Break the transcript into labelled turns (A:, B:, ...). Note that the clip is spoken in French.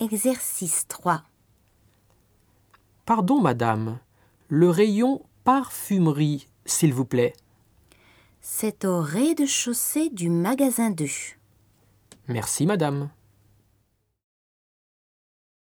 A: Exercice 3.
B: Pardon, madame. Le rayon parfumerie, s'il vous plaît.
A: C'est au rez-de-chaussée du magasin 2.
B: Merci, madame.